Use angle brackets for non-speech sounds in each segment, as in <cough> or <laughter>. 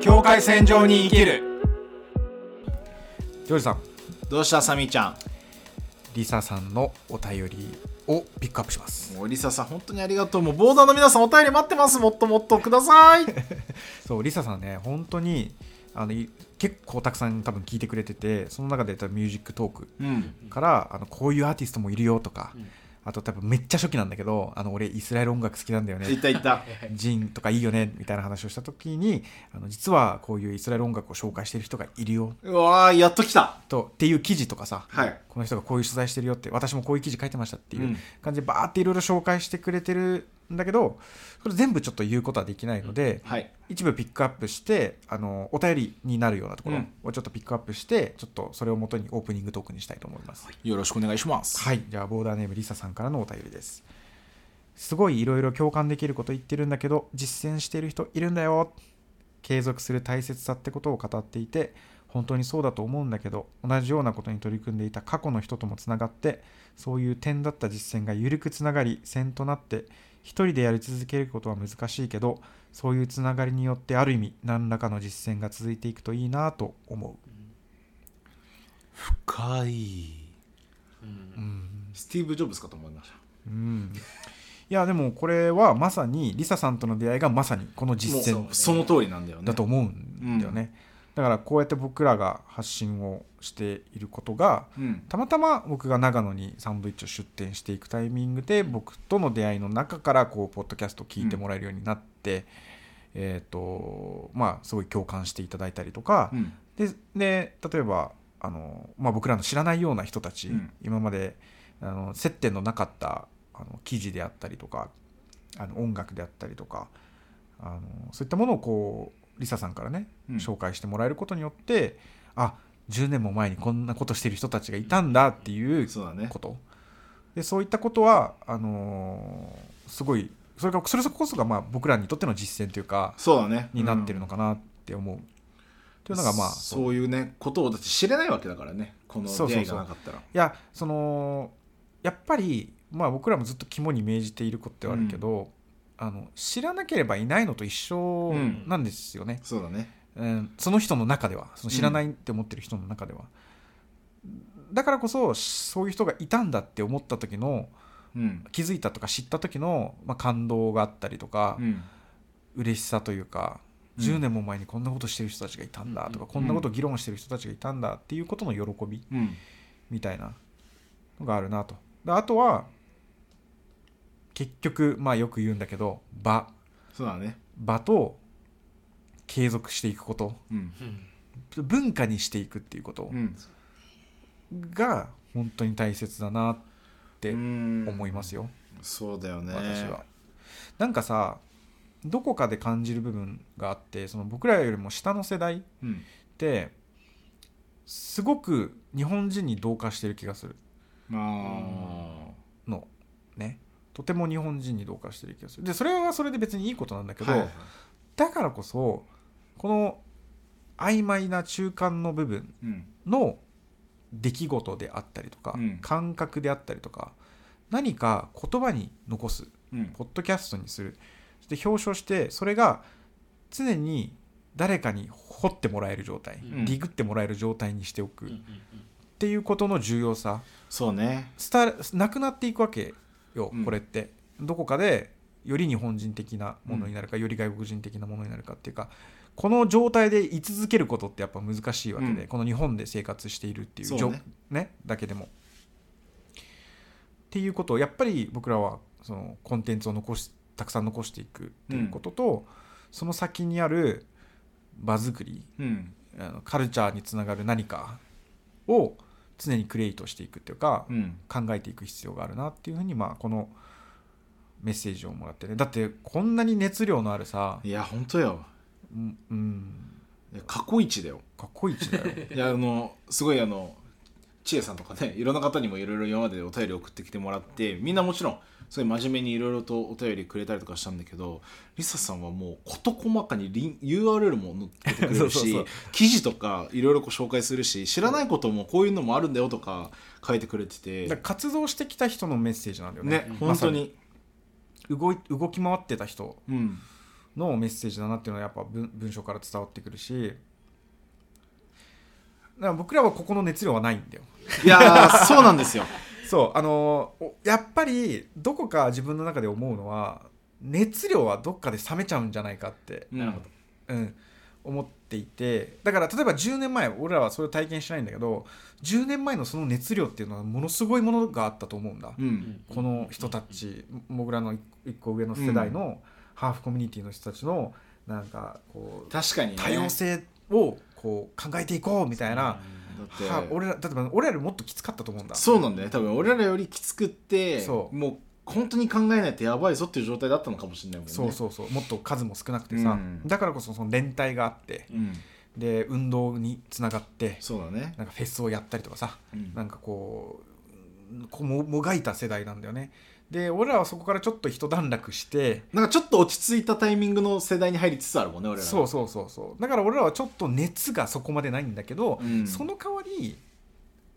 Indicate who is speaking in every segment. Speaker 1: 境界線上に生きるジョージさん
Speaker 2: どうしたサミーちゃ
Speaker 1: リサさんのお便りをピックアップします
Speaker 2: んもうリサさん本当にありがとうもうボーダーの皆さんお便り待ってますもっともっとください
Speaker 1: そうリサさんね本当にあのい結構たくさん多分聞いてくれててその中で多分ミュージックトーク
Speaker 2: うん
Speaker 1: から、あのこういうアーティストもいるよとか、あと多分めっちゃ初期なんだけどあの俺イスラエル音楽好きなんだよね
Speaker 2: いったいった
Speaker 1: ジンとかいいよねみたいな話をした時にあの実はこういうイスラエル音楽を紹介してる人がいるよ
Speaker 2: うわーやっと来た
Speaker 1: とっていう記事とかさ、
Speaker 2: はい
Speaker 1: この人がこういう取材してるよって私もこういう記事書いてましたっていううん感じでバーっていろいろ紹介してくれてるんだけどそれ全部ちょっと言うことはできないので、
Speaker 2: はい
Speaker 1: 一部ピックアップしてあのお便りになるようなところをちょっとピックアップして、ちょっとそれをもとにオープニングトークにしたいと思います。
Speaker 2: よろしくお願いします
Speaker 1: はい、じゃあボーダーネームリサさんからのお便りです。すごいいろいろ共感できること言ってるんだけど実践している人いるんだよ。継続する大切さってことを語っていて本当にそうだと思うんだけど同じようなことに取り組んでいた過去の人ともつながってそういう点だった実践が緩くつながり線となって一人でやり続けることは難しいけどそういうつながりによってある意味何らかの実践が続いていくといいなと思う。
Speaker 2: 深い
Speaker 1: うん
Speaker 2: スティーブ・ジョブズかと思いまし
Speaker 1: うん、いやでもこれはまさにリサさんとの出会いがまさにこの
Speaker 2: た
Speaker 1: 実
Speaker 2: も
Speaker 1: 践
Speaker 2: うその通りなんだよね
Speaker 1: だと思うんだよね、だからこうやって僕らが発信をしていることが
Speaker 2: うん
Speaker 1: たまたま僕が長野にサンドイッチを出店していくタイミングで僕との出会いの中からこうポッドキャストを聞いてもらえるようになって、えっ、とまあすごい共感していただいたりとか、
Speaker 2: うん
Speaker 1: でで例えばあの、まあ、僕らの知らないような人たち、
Speaker 2: うん
Speaker 1: 今まであの接点のなかったあの記事であったりとかあの音楽であったりとかあのそういったものをこうリサさんからね、
Speaker 2: うん
Speaker 1: 紹介してもらえることによってあ10年も前にこんなことしてる人たちがいたんだっていう
Speaker 2: そうだね
Speaker 1: ことでそういったことはあのーすごいそれがそれこそがまあ僕らにとっての実践というか
Speaker 2: そうだね
Speaker 1: になってるの
Speaker 2: か
Speaker 1: かなって思う。というのがまあそう
Speaker 2: そういうねことをだって知れないわけだからねこの
Speaker 1: そう
Speaker 2: 出
Speaker 1: そ
Speaker 2: 会
Speaker 1: う
Speaker 2: い
Speaker 1: そ
Speaker 2: が
Speaker 1: う
Speaker 2: なかったら
Speaker 1: いやそのやっぱり、まあ、僕らもずっと肝に銘じていることではあるけど、あの知らなければいないのと一緒なんですよね、
Speaker 2: そうだね
Speaker 1: うんその人の中ではその知らないって思ってる人の中では、だからこそそういう人がいたんだって思った時の
Speaker 2: うん
Speaker 1: 気づいたとか知った時の、まあ、感動があったりとか、
Speaker 2: うん
Speaker 1: 嬉しさというか
Speaker 2: うん
Speaker 1: 10年も前にこんなことしてる人たちがいたんだとか、
Speaker 3: うん
Speaker 1: こんなことを議論してる人たちがいたんだっていうことの喜び
Speaker 2: うん
Speaker 1: みたいなのがあるなと。であとは結局まあよく言うんだけど場
Speaker 2: そうだね
Speaker 1: 場と継続していくこと
Speaker 2: うん
Speaker 1: 文化にしていくっていうこと
Speaker 2: うん
Speaker 1: が本当に大切だなって思
Speaker 2: 思
Speaker 1: いますよ、
Speaker 2: そうだよね
Speaker 1: 私は。なんかさどこかで感じる部分があってその僕らよりも下の世代っ
Speaker 2: うん
Speaker 1: てすごく日本人に同化してる気がする。
Speaker 2: まあ
Speaker 1: のねとても日本人に同化してる気がするでそれはそれで別にいいことなんだけど、
Speaker 2: はい
Speaker 1: だからこそこの曖昧な中間の部分
Speaker 2: うん
Speaker 1: の出来事であったりとか、
Speaker 2: うん
Speaker 1: 感覚であったりとか何か言葉に残す
Speaker 2: うん
Speaker 1: ポッドキャストにするそして表彰してそれが常に誰かに掘ってもらえる状態、
Speaker 3: うん
Speaker 1: ディグってもらえる状態にしておくっていうことの重要さ、
Speaker 2: そうね
Speaker 1: 伝わなくなっていくわけよ
Speaker 2: うん
Speaker 1: これって、どこかでより日本人的なものになるか、より外国人的なものになるかっていうかこの状態で居続けることってやっぱ難しいわけで、
Speaker 2: うん
Speaker 1: この日本で生活しているっていう
Speaker 2: そう
Speaker 1: じょ
Speaker 2: ね
Speaker 1: ねだけでも。っていうことをやっぱり僕らはそのコンテンツを残したくさん残していくっていうことと、その先にある場作り
Speaker 2: うん
Speaker 1: あのカルチャーにつながる何かを常にクリエイトしていくっていうか、
Speaker 2: うん
Speaker 1: 考えていく必要があるなっていうふうにまあこのメッセージをもらってねだってこんなに熱量のあるさ、
Speaker 2: いや本当よ
Speaker 1: うんうん、
Speaker 2: いや過去一だよ
Speaker 1: かっこいいちだよ
Speaker 2: いやあのすごいあの千恵さんとかねいろんな方にもいろいろ今までお便り送ってきてもらってみんなもちろんすごい真面目にいろいろとお便りくれたりとかしたんだけどリサさんはもう事細かにリン URL も載ってく
Speaker 1: <laughs>
Speaker 2: れる
Speaker 1: そうそうそう
Speaker 2: し記事とかいろいろこう紹介するし知らないこともこういうのもあるんだよとか書いてくれてて
Speaker 1: <laughs> だから活動してきた人のメッセージなんだよね
Speaker 2: ね
Speaker 1: ま
Speaker 2: 本
Speaker 1: さ
Speaker 2: 当に、
Speaker 1: 動い動き回ってた人
Speaker 2: うん、
Speaker 1: のメッセージだなっていうのはやっぱ文文章から伝わってくるしだから僕らはここの熱量はないんだよ
Speaker 2: いやーそうなんですよ
Speaker 1: そうあのーおやっぱりどこか自分の中で思うのは熱量はどっかで冷めちゃうんじゃ <laughs> ないかって、
Speaker 2: なるほど
Speaker 1: うん、思っていてだから例えば10年前俺らはそれを体験してないんだけど10年前のその熱量っていうのはものすごいものがあったと思うんだ、
Speaker 2: うん
Speaker 1: この人たち僕らの一一個上の世代のハーフコミュニティの人たちのなんかこう
Speaker 2: 確かに、ね、
Speaker 1: 多様性をこう考えていこうみたいな、
Speaker 2: だって
Speaker 1: は俺ら例えば俺らよりもっときつかったと思うんだ
Speaker 2: そうなんだよね多分俺らよりきつくって
Speaker 1: そう
Speaker 2: もう本当に考えないとやばいぞっていう状態だったのかもしれないもんね
Speaker 1: そうそうそうもっと数も少なくてさ、
Speaker 2: うん
Speaker 1: だからこそその連帯があって
Speaker 2: うん、
Speaker 1: で運動につながって
Speaker 2: そうだね、
Speaker 1: なんかフェスをやったりとかさ
Speaker 2: うん
Speaker 1: なんかこうこうももがいた世代なんだよねで俺らはそこからちょっと一段落して
Speaker 2: なんかちょっと落ち着いたタイミングの世代に入りつつあるもんね俺らは
Speaker 1: そうそうそうそうだから俺らはちょっと熱がそこまでないんだけど、
Speaker 2: うん
Speaker 1: その代わり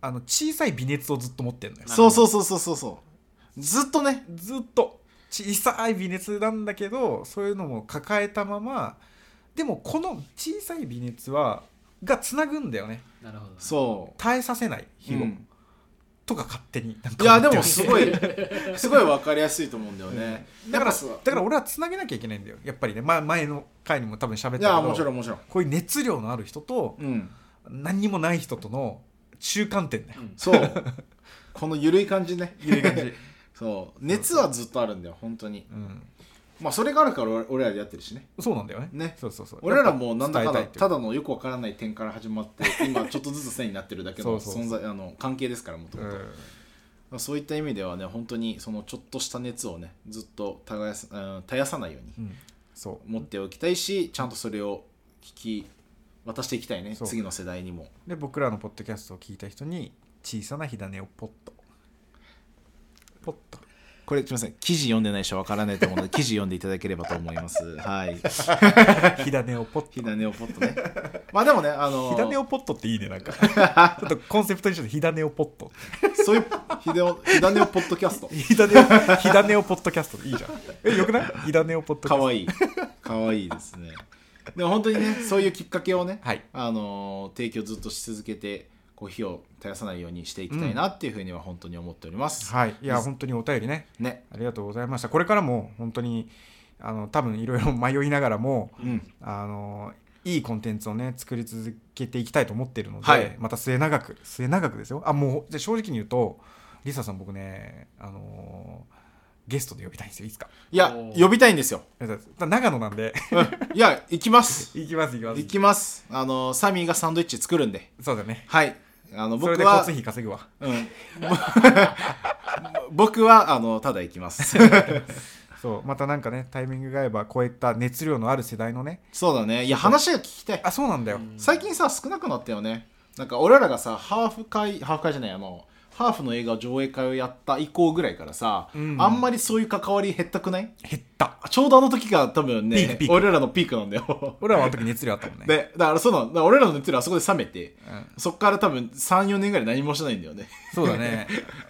Speaker 1: あの小さい微熱をずっと持ってるのよ
Speaker 2: そうそうそうそうそうそうずっとね
Speaker 1: ずっと小さい微熱なんだけどそういうのも抱えたままでもこの小さい微熱はがつなぐんだよね
Speaker 3: なるほどね
Speaker 2: そ
Speaker 1: 耐えさせない日
Speaker 2: う、
Speaker 1: を、
Speaker 2: うん
Speaker 1: とか勝手になんか
Speaker 2: いや
Speaker 1: 思
Speaker 2: で
Speaker 1: って
Speaker 2: も
Speaker 1: ます
Speaker 2: ごいすごい分かりやすいと思うんだよ
Speaker 1: <laughs>
Speaker 2: ね、
Speaker 1: だから
Speaker 2: やっぱ
Speaker 1: だから俺はつなげなきゃいけないんだよやっぱりね、ま、前の回にも多分喋った
Speaker 2: い
Speaker 1: けど
Speaker 2: やもちろんもちろん
Speaker 1: こういう熱量のある人と
Speaker 2: うん
Speaker 1: 何にもない人との中間点だよ、
Speaker 3: うん
Speaker 2: そうこの緩い感じね
Speaker 1: 緩い感
Speaker 2: <laughs>
Speaker 1: じ
Speaker 2: そう熱はずっとあるんだよ本当に
Speaker 1: うん
Speaker 2: まあそれがあるから俺俺らでやってるしね
Speaker 1: そうなんだよね
Speaker 2: ね
Speaker 1: そうそうそう
Speaker 2: 俺らもうなんだか
Speaker 1: 伝え
Speaker 2: んだ
Speaker 1: たいっていう
Speaker 2: ただのよくわからない点から始まって今ちょっとずつ線になってるだけの
Speaker 1: そうそう
Speaker 2: 存在あの関係ですからもともと
Speaker 1: うん
Speaker 2: まあそういった意味ではね本当にそのちょっとした熱をねずっと耕す、うん、絶やさないように
Speaker 1: うんそう
Speaker 2: 持っておきたいしちゃんとそれを引き渡していきたいね
Speaker 1: そう
Speaker 2: 次の世代にも
Speaker 1: で僕らのポッドキャストを聞いた人に小さな火種をポッとポッと
Speaker 2: <laughs> これすみません記事読んでない人はわからないと思うので記事読んでいただければと思いますはい
Speaker 1: 火種をポッと
Speaker 2: 火種をポッとね <laughs> まあでもねあの
Speaker 1: 火種をポッとっていいねなんか <laughs> ちょっとコンセプトにして火種をポッと
Speaker 2: そういう火種を火種をポッドキャスト
Speaker 1: 火種を火種をポッドキャストでいいじゃんえよくない火種をポッドキャスト
Speaker 2: かわいいかわいいですねでも本当にねそういうきっかけをね、
Speaker 1: はい
Speaker 2: あのー提供ずっとし続けてこう火を絶やさないようにしていきたいなっていうふうには本当に思っております、
Speaker 1: はいいや本当にお便りね
Speaker 2: ね
Speaker 1: ありがとうございましたこれからも本当にあの多分いろいろ <laughs> 迷いながらも
Speaker 2: うん
Speaker 1: あのいいコンテンツをね作り続けていきたいと思ってるので、
Speaker 2: はい
Speaker 1: また末永く末永くですよあもうじゃあ正直に言うとリサさん僕ねあのゲストで呼びたいんですよいつか
Speaker 2: いや
Speaker 3: おー
Speaker 2: 呼びたいんですよ、
Speaker 1: だから長野なんで <laughs>
Speaker 2: うんいや行きます
Speaker 1: 行きます行きます
Speaker 2: 行きますあのーサミーがサンドイッチ作るんで
Speaker 1: そうだね
Speaker 2: はいあの
Speaker 1: それ
Speaker 2: 僕
Speaker 1: で交
Speaker 2: は
Speaker 1: 通費稼ぐわ
Speaker 2: うん <laughs> 僕はあのただ行きます
Speaker 1: そうまたなんかねタイミングが合えばこういった熱量のある世代のね
Speaker 2: そうだねいや話が聞きたい
Speaker 1: あそうなんだよ、
Speaker 2: 最近さ少なくなったよねなんか俺らがさハーフ会ハーフ会じゃないあのハーフの映画上映会をやった以降ぐらいからさ、
Speaker 1: うん
Speaker 2: あんまりそういう関わり減ったくない
Speaker 1: 減った
Speaker 2: あちょうどあの時が多分
Speaker 1: ピーク
Speaker 2: ね
Speaker 1: ピーク
Speaker 2: 俺らのピークなんだよ
Speaker 1: <laughs> 俺らはあの時熱量あったも
Speaker 2: <laughs>
Speaker 1: んね
Speaker 2: でだからそうなのだから俺らの熱量はあそこで冷めて、
Speaker 1: うん
Speaker 2: そっから多分34年ぐらい何もしないんだよね
Speaker 1: そうだね。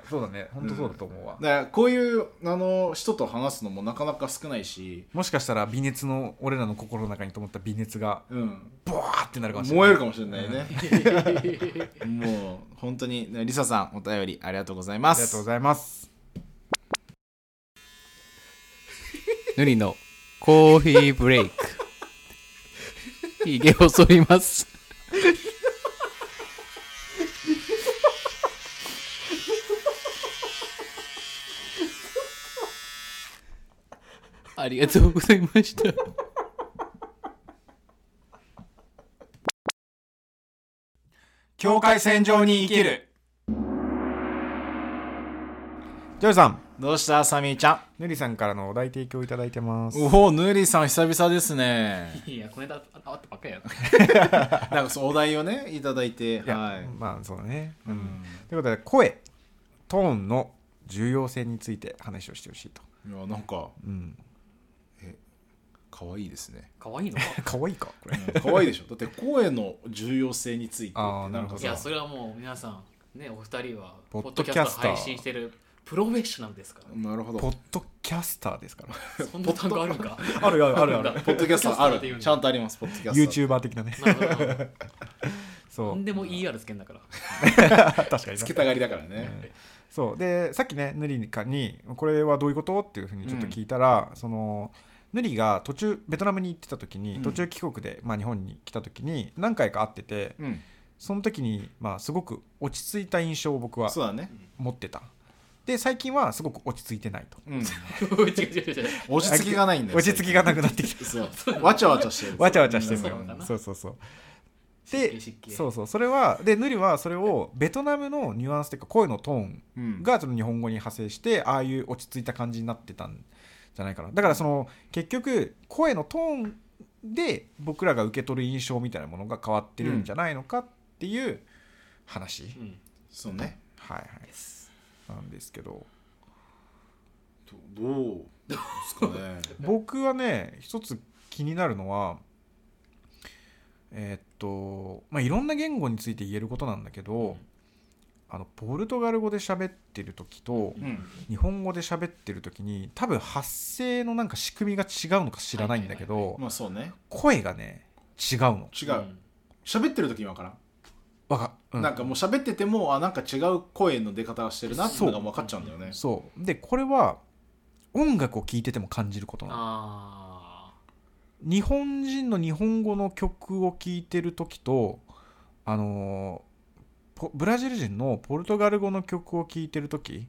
Speaker 1: そうだね。本当そうだと思うわ。
Speaker 2: だからこういうあの人と話すのもなかなか少ないし
Speaker 1: もしかしたら微熱の俺らの心の中にと思った微熱が
Speaker 2: うん
Speaker 1: ボワーってなるかもしれない。
Speaker 2: 燃えるかもしれな
Speaker 1: <laughs>
Speaker 2: いね、もう本当にねリサさんお便りありがとうございま
Speaker 1: ありがとう
Speaker 2: す
Speaker 1: ございます。
Speaker 3: ぬりのコーヒーブ
Speaker 4: <laughs>
Speaker 3: レイク。ひげを剃ります。ありがとうございました。
Speaker 1: 境界線上に生きる。ジョージさん、
Speaker 2: どうしたサミーちゃん
Speaker 1: ぬりさんからのお題提供いただいてます。
Speaker 2: おおぬりさん久々ですね
Speaker 3: いや、この間、ああったばっかりやな。
Speaker 2: なんかそうお題をねいただいて
Speaker 1: いや、
Speaker 2: はい
Speaker 1: まあそうだね。うん
Speaker 2: うん
Speaker 1: ということで、声、トーンの重要性について話をしてほしいと。
Speaker 2: いやなんか
Speaker 1: うん。
Speaker 2: 可愛いですね
Speaker 3: 可愛いのか
Speaker 1: 可愛いか、これ。
Speaker 2: 可愛いでしょだって声の重要性についてって
Speaker 1: あーな
Speaker 2: なんか
Speaker 1: るほ
Speaker 3: い
Speaker 1: ど
Speaker 2: さ
Speaker 3: や、それはもう皆さん、ね、お二人は、
Speaker 1: ポ
Speaker 3: ポ
Speaker 1: ッ
Speaker 3: ッド
Speaker 1: ドキ
Speaker 3: キ
Speaker 1: ャ
Speaker 3: ャ
Speaker 1: ス
Speaker 3: ス
Speaker 1: ター
Speaker 3: ト配信してる
Speaker 4: プロフェッショナルですから
Speaker 2: なるほど
Speaker 1: ポッドキャスターですから。
Speaker 4: そんな単語あるか
Speaker 1: あるあるあ
Speaker 4: あるあ
Speaker 1: <laughs>
Speaker 4: る
Speaker 2: ポッドキャスター
Speaker 4: ポッ
Speaker 2: あ
Speaker 4: ドキャスターって言うん
Speaker 2: る
Speaker 4: だ
Speaker 2: ちゃんとありますポッドキャスター
Speaker 1: YouTuber 的なね。
Speaker 4: なるほどな
Speaker 1: そ
Speaker 4: 何
Speaker 1: う。
Speaker 4: でも ER つけんだ <laughs> から
Speaker 1: 確かに
Speaker 2: つ
Speaker 1: な
Speaker 2: けたがりだからね
Speaker 1: そうでさっきねヌリかに「これはどういうこと?」っていうふうにちょっと聞いたら、そのヌリが途中ベトナムに行ってた時に
Speaker 2: うん
Speaker 1: 途中帰国で、まあ、日本に来た時に何回か会ってて
Speaker 2: うん
Speaker 1: その時に、まあ、すごく落ち着いた印象を僕は
Speaker 2: そうだね
Speaker 1: 持ってたで最近はすごく落ち着いてないと
Speaker 2: うん
Speaker 4: 違う違う違う違う
Speaker 2: 落ち着きがないんだよ
Speaker 1: 落ち着きがなくなってきた
Speaker 2: そうわちゃわちゃしてる
Speaker 1: わちゃわちゃしてるの
Speaker 4: そうだ
Speaker 1: よ
Speaker 4: な
Speaker 1: そうそうそう
Speaker 4: 失敬
Speaker 1: で
Speaker 4: 失敬
Speaker 1: そうそうそれはでヌリはそれをベトナムのニュアンスというか声のトーン
Speaker 2: うん
Speaker 1: がその日本語に派生してああいう落ち着いた感じになってたんじゃないかなだからその結局声のトーンで僕らが受け取る印象みたいなものが変わってるんじゃないのかっていう話、
Speaker 4: うん
Speaker 2: そうね
Speaker 1: はいはい
Speaker 4: です
Speaker 1: なんですけど
Speaker 2: どどうですかね
Speaker 1: 僕はね一つ気になるのはえーっとまあいろんな言語について言えることなんだけど、
Speaker 4: うん
Speaker 1: あのポルトガル語で喋ってる時と、
Speaker 2: うん
Speaker 1: 日本語で喋ってる時に多分発声のなんか仕組みが違うのか知らないんだけど、
Speaker 2: まあそうね
Speaker 1: 声がね違うの
Speaker 2: 違う喋ってる時に分からん
Speaker 1: わか、う
Speaker 2: なんかもう喋っててもあなんか違う声の出方をしてるなっていうのが分かっちゃうんだよね
Speaker 1: そうでこれは音楽を聴いてても感じることなの
Speaker 4: あ
Speaker 1: 日本人の日本語の曲を聴いてる時とあのーポブラジル人のポルトガル語の曲を聴いてる時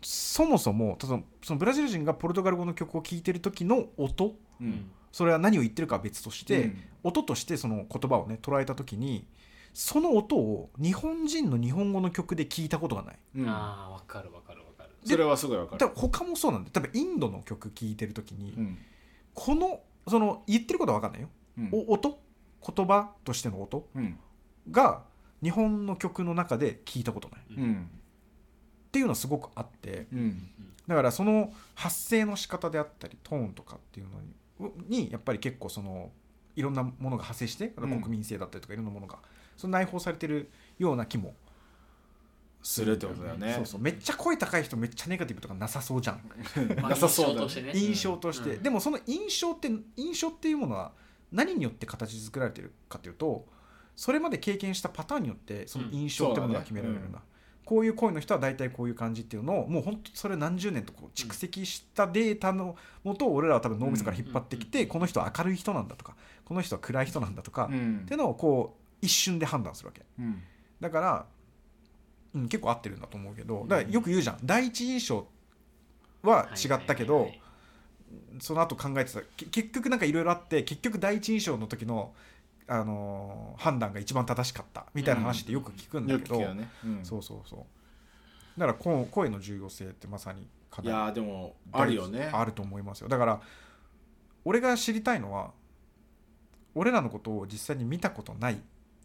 Speaker 1: そもそもそのそのブラジル人がポルトガル語の曲を聴いてる時の音
Speaker 2: う
Speaker 4: ーうん
Speaker 1: それは何を言ってるかは別として、
Speaker 2: うん
Speaker 1: 音としてその言葉をね捉えた時にその音を日本人の日本語の曲で聞いたことがない
Speaker 2: うん
Speaker 4: ああわかるわかるわかる
Speaker 2: それはすごい分か
Speaker 1: 多
Speaker 2: る
Speaker 1: 分他もそうなんで多分インドの曲聞いてる時に、
Speaker 2: うん
Speaker 1: このその言ってることは分かんないよ、
Speaker 2: うん
Speaker 1: お音言葉としての音
Speaker 2: うん
Speaker 1: が日本の曲の中で聞いたことないっ
Speaker 2: うん
Speaker 1: ていうのはすごくあって
Speaker 2: うん
Speaker 1: だからその発声の仕方であったりトーンとかっていうのににやっぱり結構そのいろんなものが派生して
Speaker 2: うん
Speaker 1: 国民性だったりとかいろんなものが、その内包されてるような気も
Speaker 2: するってことだよね
Speaker 1: そうそうめっちゃ声高い人めっちゃネガティブとかなさそうじゃん
Speaker 4: まあ
Speaker 2: なさそう
Speaker 4: 印象
Speaker 2: だ
Speaker 4: としてね
Speaker 1: 印象として、
Speaker 4: うん
Speaker 1: でもその印象って印象っていうものは何によって形作られてるかというとそれまで経験したパターンによってその印象ってものが決められるな、
Speaker 2: うんそうだ
Speaker 1: こういう声の人は大体こういう感じっていうのをもう本当それ何十年とこう蓄積したデータのもとを俺らは多分脳みそから引っ張ってきて、
Speaker 4: うん
Speaker 1: この人は明るい人なんだとかこの人は暗い人なんだとか、
Speaker 2: う
Speaker 1: っ
Speaker 2: ん
Speaker 1: ていうのをこう一瞬で判断するわけ
Speaker 2: うん
Speaker 1: だから、うん、結構合ってるんだと思うけどだからよく言うじゃん第一印象は違ったけど、
Speaker 4: はいはいはい
Speaker 1: その後考えてたけ結局なんかいろいろあって結局第一印象の時の、あのー判断が一番正しかったみたいな話ってよく聞くんだ
Speaker 2: よ
Speaker 1: け
Speaker 2: く
Speaker 1: ど、
Speaker 2: 聞くよねうん
Speaker 1: そうそうそうだからこう声の重要性ってまさに課
Speaker 2: いやーでもあるよね
Speaker 1: あると思いますよだから俺が知りたいのは俺らのことを実際に見たことない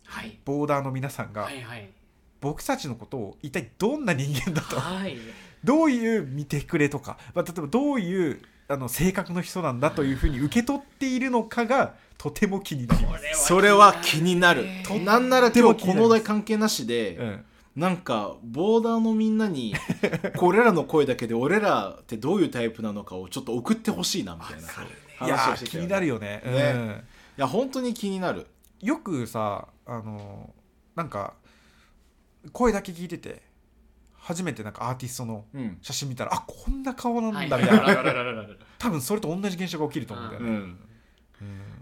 Speaker 4: はい
Speaker 1: ボーダーの皆さんが
Speaker 4: はいはい
Speaker 1: 僕たちのことを一体どんな人間だと <laughs>
Speaker 4: <laughs> はい
Speaker 1: どういう見てくれとか、まあ、例えばどういうあの性格の人なんだというふうに受け取っているのかがとても気になります。
Speaker 2: それは気になる
Speaker 4: と
Speaker 2: なんなら
Speaker 1: でも
Speaker 2: 今
Speaker 1: 気
Speaker 2: 日
Speaker 1: にな
Speaker 2: こ
Speaker 1: る
Speaker 2: の題関係なしで、
Speaker 1: うん、
Speaker 2: なんかボーダーのみん
Speaker 1: <laughs>
Speaker 2: なにこれらの声だけで俺らってどういうタイプなのかをちょっと送ってほしいなみたいな話を
Speaker 1: いやー
Speaker 2: し
Speaker 1: 気
Speaker 2: てたよね
Speaker 1: になるよね
Speaker 2: ねいや本当に気になる
Speaker 1: うん。よくさあのなんか声だけ聞いてて初めてなんかアーティストの
Speaker 2: うん
Speaker 1: 写真見たらあこんな顔なんだ
Speaker 4: はい
Speaker 1: み
Speaker 4: は
Speaker 1: た
Speaker 4: い
Speaker 1: い
Speaker 4: はい
Speaker 1: な、
Speaker 4: はいはいはい
Speaker 1: 多分それと同じ現象が起きると思うんだよ
Speaker 2: う
Speaker 1: ね。
Speaker 2: ん
Speaker 1: うん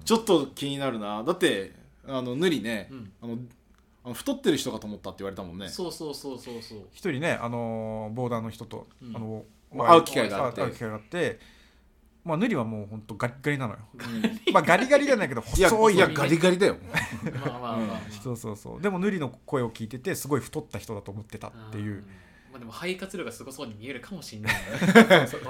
Speaker 2: ちょっと気になるなだってあのぬりね、
Speaker 4: うん
Speaker 2: あのあの太ってる人かと思ったって言われたもんね
Speaker 4: そうそうそうそうそう
Speaker 1: 一人ね、あのーボーダーの人と、
Speaker 4: うん
Speaker 1: あの
Speaker 2: まあ
Speaker 1: お
Speaker 2: 会う機会があって
Speaker 1: 会う機会があってまあヌリはもう本当ガリガリなのよ
Speaker 2: うん
Speaker 1: まあガリガリじゃないけど
Speaker 2: いや
Speaker 1: 細い
Speaker 2: い
Speaker 1: よ
Speaker 2: や
Speaker 1: ね
Speaker 2: ガリガリだよ
Speaker 4: まあまあまあまあ
Speaker 1: そうそうそうでもヌリの声を聞いててすごい太った人だと思ってたってい
Speaker 4: ん
Speaker 1: う
Speaker 4: まあでも肺活量がすごそうに見えるかもし <laughs> れ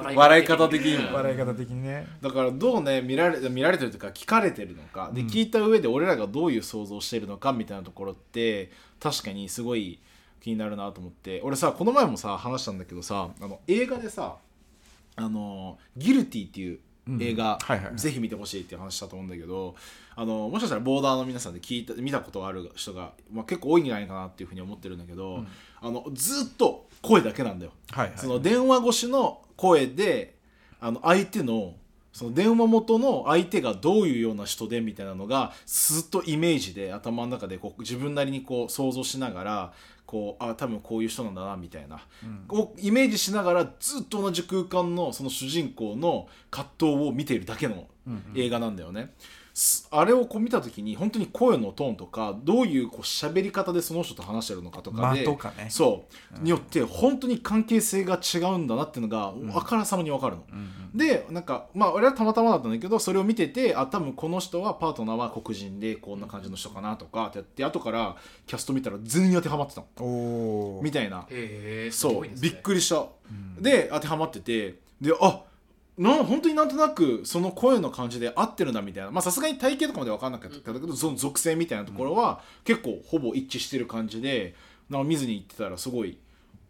Speaker 4: ない
Speaker 2: 笑い方的にも
Speaker 1: 笑い方的にね
Speaker 2: だからどうね見られ見られてるというか聞かれてるのかで、
Speaker 1: うん
Speaker 2: 聞いた上で俺らがどういう想像してるのかみたいなところって確かにすごい気になるなと思って俺さこの前もさ話したんだけどさあの映画でさ「あのギルティ」っていう
Speaker 1: うん
Speaker 2: 映画、
Speaker 1: はいはい
Speaker 2: ぜひ見てほしいっていう話したと思うんだけどあのもしかしたらボーダーの皆さんで聞いた見たことがある人が、まあ、結構多いんじゃないかなっていうふうに思ってるんだけど、あのずっと声だけなんだよ。
Speaker 1: はいはい
Speaker 2: その電話越しの声であの相手のその電話元の相手がどういうような人でみたいなのがずっとイメージで頭の中でこう自分なりにこう想像しながらこうあ多分こういう人なんだなみたいな、をイメージしながらずっと同じ空間のその主人公の葛藤を見ているだけの映画なんだよね。すあれをこう見た時に本当に声のトーンとかどういうこう喋り方でその人と話してるのかとかで、
Speaker 1: 間とかね
Speaker 2: そう、によって本当に関係性が違うんだなっていうのが、あからさまに分かるの。でなんかまあ俺はたまたまだったんだけどそれを見ててあ多分この人はパートナーは黒人でこんな感じの人かなとかってやって後からキャスト見たら全員当てはまってたの
Speaker 1: おー
Speaker 2: みたいな
Speaker 4: へえす
Speaker 2: そ
Speaker 4: ご
Speaker 2: う
Speaker 4: いですね
Speaker 2: びっくりした、で当てはまっててであな本当になんとなくその声の感じで合ってるなみたいなまあさすがに体型とかまで分かんなかったけど、その属性みたいなところは結構ほぼ一致してる感じでなんか見ずに行ってたらすごい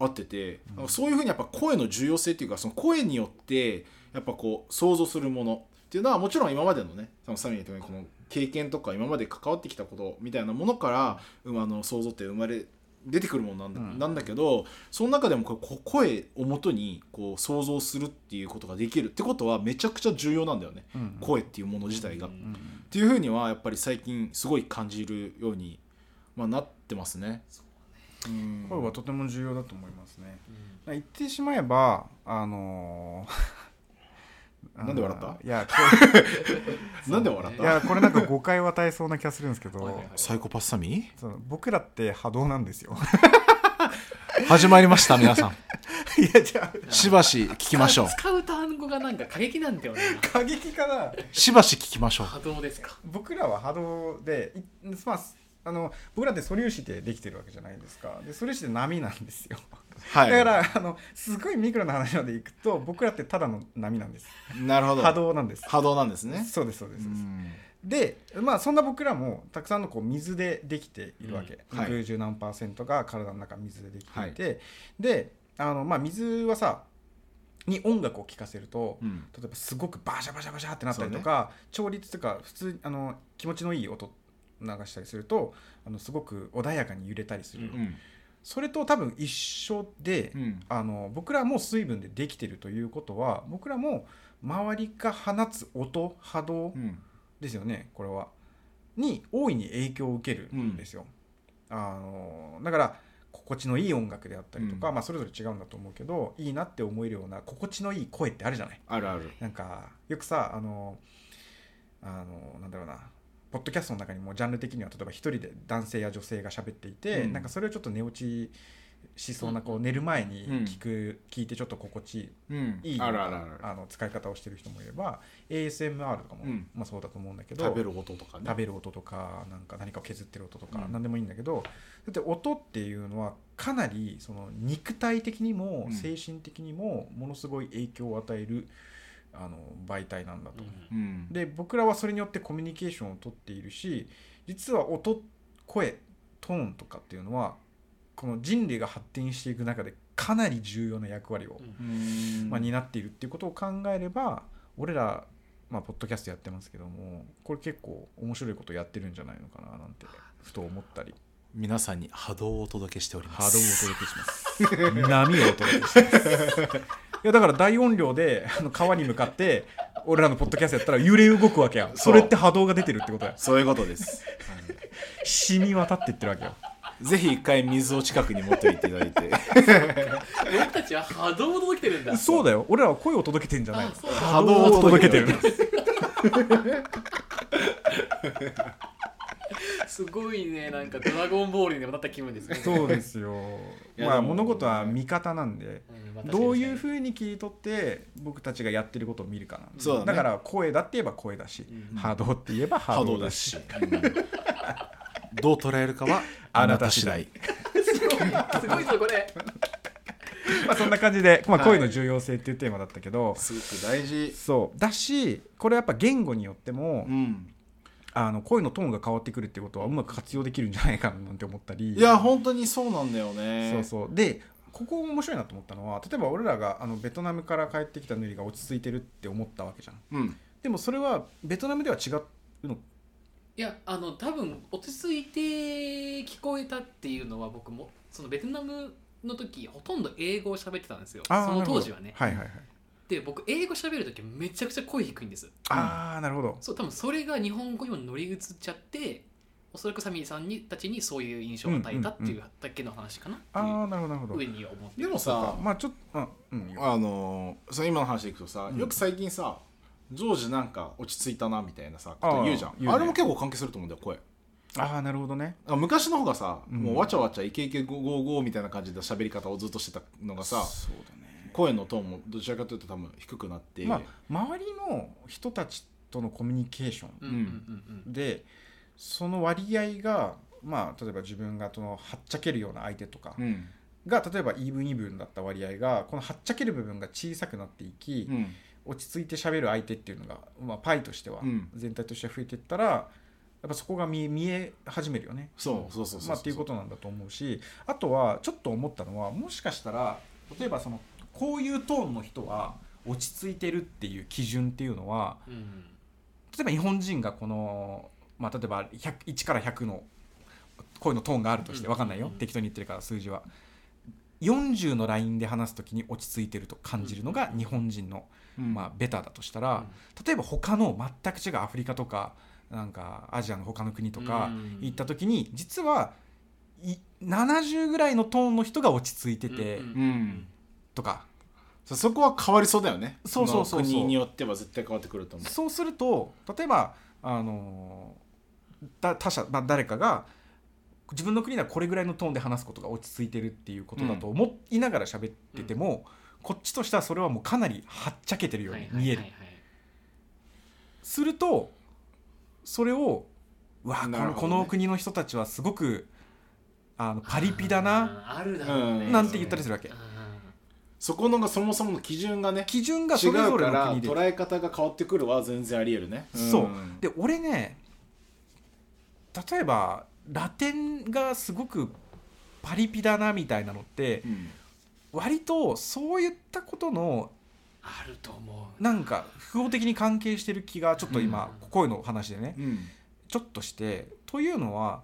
Speaker 2: 合ってて、なんかそういうふうにやっぱ声の重要性っていうかその声によってやっぱこう想像するものっていうのはもちろん今までのねそのサミーのためにこの経験とか今まで関わってきたことみたいなものから、うんあの想像って生まれ出てくるものなんだ,、なんだけどその中でもこうこ声をもとにこう想像するっていうことができるってことはめちゃくちゃ重要なんだよね、
Speaker 1: うん
Speaker 2: 声っていうもの自体が。
Speaker 4: うん
Speaker 2: っていうふうにはやっぱり最近すごい感じるように、まあ、なってますね。うん
Speaker 1: 声はとても重要だと思いますね
Speaker 4: うん
Speaker 1: 言ってしまえばあの <laughs> ー
Speaker 2: なんで笑った
Speaker 1: いや
Speaker 2: なんで笑っ
Speaker 1: これい
Speaker 2: た
Speaker 1: やこれなんか誤解を与えそうな気がするんですけど、
Speaker 4: <laughs> はいはいはい
Speaker 2: サイコパスサミ
Speaker 1: その僕らって波動なんですよ
Speaker 2: 始まりました皆さ <laughs> ん
Speaker 1: <laughs> いやじゃ
Speaker 2: しばし聞きましょう
Speaker 4: 使う単語がなんか過激なんだよね
Speaker 1: あ過激かな
Speaker 2: しばし聞きましょう
Speaker 4: 波動ですか
Speaker 1: 僕らは波動でいまああの僕らって素粒子でできてるわけじゃないですかで素粒子って波なんですよ
Speaker 2: は
Speaker 1: だ
Speaker 2: い
Speaker 1: から、あのすごいミクロな話までいくと僕らってただの波なんです
Speaker 2: なるほど
Speaker 1: 波動なんです
Speaker 2: 波動なんですね
Speaker 1: そうですそうです、
Speaker 2: うん
Speaker 1: でまあそんな僕らもたくさんのこう水でできているわけ、
Speaker 2: うんはい
Speaker 1: 60何パーセントが体の中水でできていて、であの、まあ、水はさに音楽を聴かせると、
Speaker 2: うん
Speaker 1: 例えばすごくバシャバシャバシャってなったりとか、調律とか普通にあの気持ちのいい音流したりするとあのすごく穏やかに揺れたりする、
Speaker 4: う
Speaker 2: うん
Speaker 1: それと多分一緒で、
Speaker 2: うん
Speaker 1: あの僕らも水分でできてるということは僕らも周りが放つ音波動
Speaker 2: うん
Speaker 1: ですよねこれはに大いに影響を受けるんですよ。あのだから心地のいい音楽であったりとか、
Speaker 2: うん
Speaker 1: まあ、それぞれ違うんだと思うけどいいなって思えるような心地のいい声ってあるじゃない。
Speaker 2: あるある
Speaker 1: なんかよくさあのあのなんだろうなポッドキャストの中にもジャンル的には例えば一人で男性や女性が喋っていて、
Speaker 2: うん
Speaker 1: なんかそれをちょっと寝落ちしそうなこう寝る前に聞く、聞いてちょっと心地
Speaker 2: うん
Speaker 1: いい
Speaker 2: あるあるある
Speaker 1: あの使い方をしてる人もいれば ASMR とかも、
Speaker 2: うん
Speaker 1: まあ、そうだと思うんだけど
Speaker 2: 食べる音とかね
Speaker 1: 食べる音とかなんか何かを削ってる音とか
Speaker 2: うん
Speaker 1: 何でもいいんだけど、だって音っていうのはかなりその肉体的にも
Speaker 2: うん
Speaker 1: 精神的にもものすごい影響を与えるあの媒体なんだと。
Speaker 2: うん
Speaker 1: で僕らはそれによってコミュニケーションをとっているし実は音声トーンとかっていうのはこの人類が発展していく中でかなり重要な役割を、
Speaker 2: うん
Speaker 1: まあ、担っているっていうことを考えれば俺ら、まあ、ポッドキャストやってますけどもこれ結構面白いことやってるんじゃないのかななんてふと思ったり
Speaker 2: 皆さんに波動をお届けしておりま
Speaker 1: 波
Speaker 2: す
Speaker 1: 動をお届けします波をお届けしますいやだから大音量であの川に向かって俺らのポッドキャストやったら揺れ動くわけやん
Speaker 2: そう
Speaker 1: それって波動が出てるってことや
Speaker 2: <laughs> そういうこと <laughs> です、
Speaker 1: 染み渡ってってるわけよ
Speaker 2: うんぜひ一回水を近くに持っておいていただいて
Speaker 4: 僕たちは波動を届けてるんだ
Speaker 1: そうだよ俺らは声を届けてんじゃない
Speaker 4: あ
Speaker 1: の
Speaker 4: そうだ
Speaker 2: 波動を届けてる
Speaker 4: すごいねなんかドラゴンボールにでもなった気分ですね
Speaker 1: そうですよ
Speaker 2: いや
Speaker 1: まあ
Speaker 2: でも
Speaker 1: 物事は味方なんで
Speaker 4: んまあ確かに
Speaker 1: どういうふうに切り取って僕たちがやってることを見るかな
Speaker 2: そうだね
Speaker 1: から声だって言えば声だし、
Speaker 4: うん
Speaker 1: 波動って言えば波
Speaker 2: 波動
Speaker 1: 動
Speaker 2: だ
Speaker 1: だし
Speaker 2: し、うんどう捉えるかはあなた次第
Speaker 4: すごいすごいぞこれ
Speaker 1: まあ、そんな感じで、まあ、
Speaker 2: <laughs> はい
Speaker 1: 声の重要性っていうテーマだったけど、
Speaker 2: すごく大事
Speaker 1: そうだしこれやっぱ言語によっても、
Speaker 2: うん
Speaker 1: あの声のトーンが変わってくるってことはうまく活用できるんじゃないかななんて思ったり
Speaker 2: いや本当にそうなんだよね
Speaker 1: そうそうでここ面白いなと思ったのは例えば俺らがあのベトナムから帰ってきたヌリが落ち着いてるって思ったわけじゃん
Speaker 2: うん
Speaker 1: でもそれはベトナムでは違うの
Speaker 4: いやあの多分落ち着いて聞こえたっていうのは僕もそのベトナムの時ほとんど英語を喋ってたんですよそ
Speaker 1: あー
Speaker 4: の当時はね
Speaker 1: なるほどはいはいはい
Speaker 4: で僕英語喋る時めちゃくちゃ声低いんです
Speaker 1: ああなるほど
Speaker 4: そう多分それが日本語にも乗り移っちゃっておそらくサミーさんにたちにそういう印象を与えたって
Speaker 1: うん
Speaker 4: いううだけの話かなって
Speaker 1: あ
Speaker 4: い
Speaker 1: あなるほどなるほ
Speaker 4: う
Speaker 1: ど
Speaker 4: 上には思って
Speaker 2: でもさ
Speaker 1: まあちょっとうんうん
Speaker 2: あのーその今の話でいくとさ、
Speaker 1: うん
Speaker 2: よく最近さジョージなんか落ち着いたなみたいなさこと言うじゃん
Speaker 1: あ
Speaker 2: あ
Speaker 1: あ言うね
Speaker 2: れも結構関係すると思うんだよ声
Speaker 1: ああなるほどね
Speaker 2: あ昔の方がさ、
Speaker 1: うん
Speaker 2: もうわちゃわちゃイケイケゴーゴーみたいな感じで喋り方をずっとしてたのがさ
Speaker 1: そうだね
Speaker 2: 声のトーンもどちらかというと多分低くなって、
Speaker 1: まあ周りの人たちとのコミュニケーション
Speaker 4: うんうんうん
Speaker 1: でその割合がまあ例えば自分がそのはっちゃけるような相手とか
Speaker 2: うん
Speaker 1: が例えばイーブンイーブンだった割合がこのはっちゃける部分が小さくなっていき、
Speaker 2: うん
Speaker 1: 落ち着いて喋る相手っていうのが、まあ、パイとしては
Speaker 2: うん
Speaker 1: 全体として増えていったら、やっぱそこが見え見え始めるよね。
Speaker 2: そうそうそうそうそう
Speaker 1: まあ、っていうことなんだと思うしあとはちょっと思ったのはもしかしたら例えばそのこういうトーンの人は落ち着いてるっていう基準っていうのは
Speaker 4: うんうん
Speaker 1: 例えば日本人がこの、まあ、例えば100 1から100の声のトーンがあるとして
Speaker 4: うん
Speaker 1: わかんないよ、
Speaker 4: うん
Speaker 1: 適当に言ってるから数字は40のラインで話す時に落ち着いてると感じるのが日本人の、
Speaker 2: うん
Speaker 1: まあ、ベタだとしたら、例えば他の全く違うアフリカとかなんかアジアの他の国とか
Speaker 4: うん
Speaker 1: 行った時に実はい70ぐらいのトーンの人が落ち着いてて
Speaker 4: うん
Speaker 2: うん
Speaker 1: とか
Speaker 2: そそこは変わりそうだよね
Speaker 1: そうそうそうそう
Speaker 2: の国によっては絶対変わってくると思う
Speaker 1: そうすると例えばあのだ他者、まあ、誰かが自分の国ではこれぐらいのトーンで話すことが落ち着いてるっていうことだと思いながら喋ってても、こっちとしてはそれはもうかなりはっちゃけてるように見える
Speaker 4: はいはいはいはい
Speaker 1: するとそれをうわあ、こ
Speaker 2: なる
Speaker 1: の
Speaker 2: ほ
Speaker 1: こ
Speaker 2: どね
Speaker 1: の国の人たちはすごくあのパリピだな
Speaker 4: あーあるだろうね
Speaker 2: うん
Speaker 1: なんて言ったりするわけ
Speaker 4: うん
Speaker 2: そこのがそもそもの基準がね
Speaker 1: 基準がそ
Speaker 2: 違
Speaker 1: れぞ
Speaker 2: う
Speaker 1: れ
Speaker 2: か
Speaker 1: の
Speaker 2: ら
Speaker 1: 国で
Speaker 2: 捉え方が変わってくるは全然ありえるね
Speaker 1: そうんで俺ね例えばラテンがすごくパリピだなみたいなのって
Speaker 2: うん
Speaker 1: 割とそういったことの
Speaker 4: あると思う
Speaker 1: なんか複合的に関係してる気がちょっと今
Speaker 4: うん
Speaker 1: 声の話でね
Speaker 2: うん
Speaker 1: ちょっとしてというのは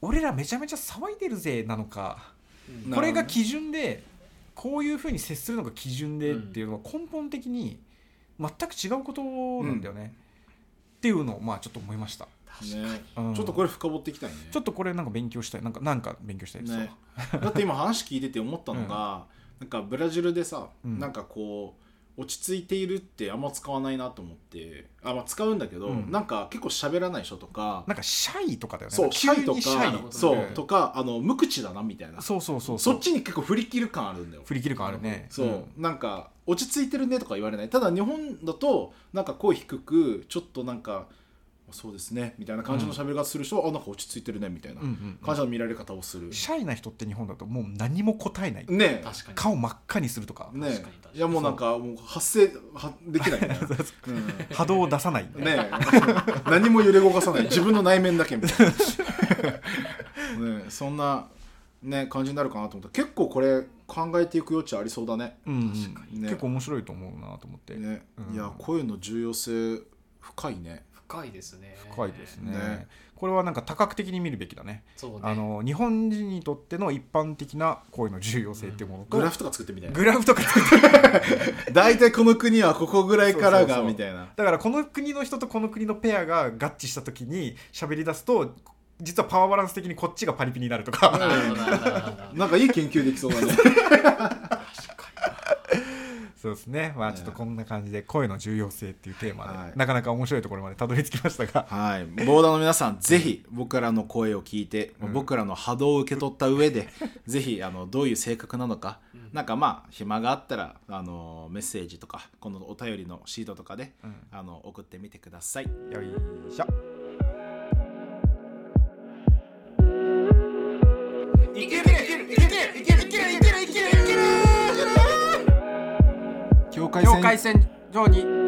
Speaker 1: 俺らめちゃめちゃ騒いでるぜなのか
Speaker 4: うん
Speaker 2: なるほどね
Speaker 1: これが基準でこういうふうに接するのが基準でっていうのは根本的に全く違うことなんだよねっていうのをまあちょっと思いました。
Speaker 2: ね
Speaker 1: うん
Speaker 2: ちょっとこれ深掘っていきたいね
Speaker 1: ちょっとこれなんか勉強したいなんかなんか勉強したいですわ、
Speaker 2: ね
Speaker 1: <laughs>
Speaker 2: だって今話聞いてて思ったのが、なんかブラジルでさ、
Speaker 1: うん
Speaker 2: なんかこう落ち着いているってあんま使わないなと思ってあ、まあ、使うんだけど、
Speaker 1: うん
Speaker 2: なんか結構喋らない人とか
Speaker 1: なんかシャイとかだよね
Speaker 2: そうシ
Speaker 1: 急
Speaker 2: ャイとか
Speaker 1: にシャイ
Speaker 4: なるほど
Speaker 2: そう
Speaker 1: ね
Speaker 2: とかあの無口だなみたいな
Speaker 1: そうそうそう
Speaker 2: そっちに結構振り切る感あるんだよ
Speaker 1: 振り切る感あるね
Speaker 2: そう、なんか落ち着いてるねとか言われないただ日本だとなんか声低くちょっとなんかそうですねみたいな感じの喋り方する人は、あなんか落ち着いてるねみたいな
Speaker 1: うんうん
Speaker 2: 感じの見られ方をする、
Speaker 1: シャイな人って日本だともう何も答えない
Speaker 2: ねえ
Speaker 4: 確かに
Speaker 1: 顔真っ赤にするとか、
Speaker 2: ね
Speaker 4: 確かに確かに
Speaker 2: いやもうなんかもう発声はできないねうんね
Speaker 1: <laughs> 波動を出さない
Speaker 2: え何も揺れ動かさない自分の内面だけみたい
Speaker 1: <laughs>
Speaker 2: なねえそんなね感じになるかなと思った結構これ考えていく余地ありそうだね
Speaker 1: うんうん
Speaker 4: 確かに
Speaker 2: ね
Speaker 1: 結構面白いと思うなと思って、
Speaker 2: ね、
Speaker 1: うん
Speaker 2: いや声の重要性深いね
Speaker 4: 深いですね
Speaker 1: 深いですね
Speaker 2: ね
Speaker 1: これはなんか多角的に見るべきだね
Speaker 4: そうね
Speaker 1: あの日本人にとっての一般的な声の重要性っていうものと、
Speaker 2: グラフとか作ってみたいな
Speaker 1: グラフとか
Speaker 2: 大体この国はここぐらいか
Speaker 1: そ
Speaker 2: ら
Speaker 1: うそう
Speaker 2: が
Speaker 1: そう
Speaker 2: みたいな
Speaker 1: だからこの国の人とこの国のペアが合致した時に喋り出すと実はパワーバランス的にこっちがパリピになるとか
Speaker 4: なるほどなるほどなるほど
Speaker 2: なんかいい研究できそうだね
Speaker 1: そうですねまあちょっとこんな感じで声の重要性っていうテーマで、
Speaker 2: はい
Speaker 1: なかなか面白いところまでたどり着きましたが
Speaker 2: はいボーダーの皆さんぜひ僕らの声を聞いて、
Speaker 1: うん
Speaker 2: 僕らの波動を受け取った上でぜひあのどういう性格なのか、なんかまあ暇があったらあのメッセージとかこのお便りのシートとかで、
Speaker 1: うん
Speaker 2: あの送ってみてください
Speaker 1: よいしょ
Speaker 2: いけるいけるいけるいけるいけるいけるいけるいける
Speaker 1: 境界線上に